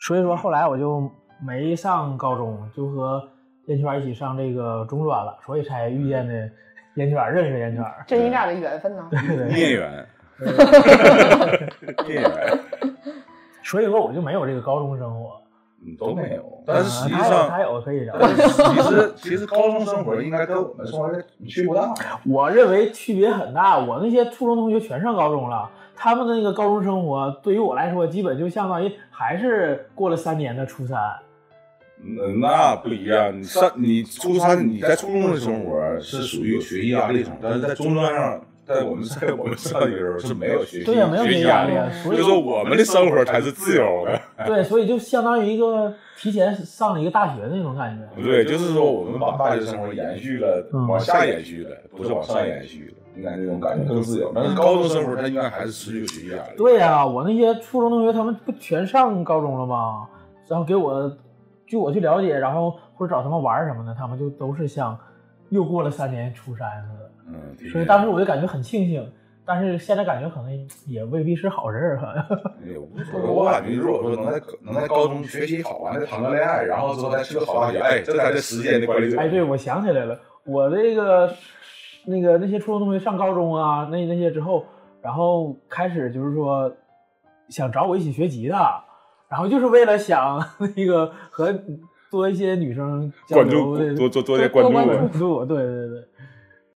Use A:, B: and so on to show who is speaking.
A: 所以
B: 嗯
A: 说后来我就没上高中，就和烟圈一起上这个中专了，所以才
B: 嗯
A: 遇见的烟圈，认识的烟圈。
C: 这是你俩的缘分呢。
A: 对对
B: 孽缘， 孽缘，
A: 所以说我就没有这个高中生活。
B: 嗯，都没有。
A: 啊
B: 但是实际
A: 他有他
B: 上，
A: 有可以 聊。
B: 其实呃其实高中生活应该跟我们生活的区别不大。
A: 我认为区别很大。我那些初中同学全上高中了，他们的那个高中生活对于我来说，基本就相当于还是过了三年的初三。
B: 嗯，那不一样。你上你初三你在初中的生活是属于学习压力上，但是在中专上，在我们在我们上的时候是没有学习
A: 对呀，没有
B: 学
A: 这
B: 习
A: 个
B: 压
A: 压
B: 力
A: 力
B: 的，
A: 啊，所
B: 就
A: 以
B: 是说我们的生活才是自由的。
A: 对，所以就相当于一个提前上了一个大学的那种感觉。
B: 对，就是说我们把大学生活延续了，
A: 嗯
B: 往下延续了，不是往上延续了，应该那种感觉更自由。但是高中生活它应该还是持续学习压力。
A: 对呀、我那些初中同学他们不全上高中了吗？然后给我，据我去了解，然后或者找他们玩儿什么的，他们就都是像又过了三年初三似的。
B: 嗯，
A: 所以当时我就感觉很庆幸，但是现在感觉可能也未必是好事儿哈。
B: 也无所谓。我感觉如果说能在能在高中学习好，完了谈个恋爱，然后之后再去个好大学，哎，这才是时间的管理者。
A: 哎，对，我想起来了，我这个那个那些初中同学上高中啊，那那些之后，然后开始就是说想找我一起学吉他，然后就是为了想 那个和多一些女生交
B: 关
A: 流
B: 注
A: 的
B: 多多多
C: 多
B: 点
C: 关注
B: 关注
C: 多关
B: 我
C: 注。
A: 对对对对，